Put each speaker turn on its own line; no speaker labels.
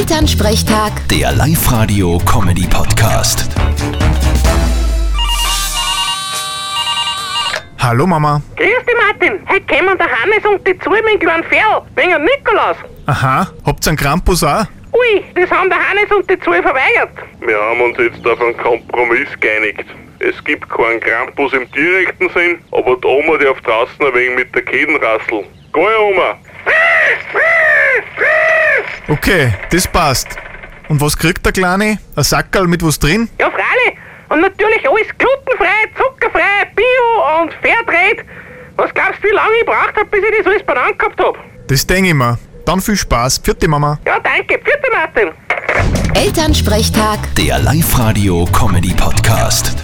Elternsprechtag,
Der Live-Radio-Comedy-Podcast.
Hallo Mama.
Grüß dich, Martin. Heute kommen der Hannes und die zwei mit dem kleinen Pferd, wegen dem Nikolaus.
Aha, habt ihr einen Krampus auch?
Ui, das haben der Hannes und die zwei verweigert.
Wir haben uns jetzt auf einen Kompromiss geeinigt. Es gibt keinen Krampus im direkten Sinn, aber die Oma darf draußen ein wenig mit der Kedenrassel. Gell, Oma?
Okay, das passt. Und was kriegt der Kleine? Ein Sackerl mit was drin?
Ja, freilich. Und natürlich alles glutenfrei, zuckerfrei, bio und fairtrade. Was glaubst du, wie lange ich gebraucht habe, bis ich das alles benannt gehabt habe?
Das denke ich mir. Dann viel Spaß. Vierte Mama.
Ja, danke. Vierte Martin.
Elternsprechtag.
Der Live-Radio-Comedy-Podcast.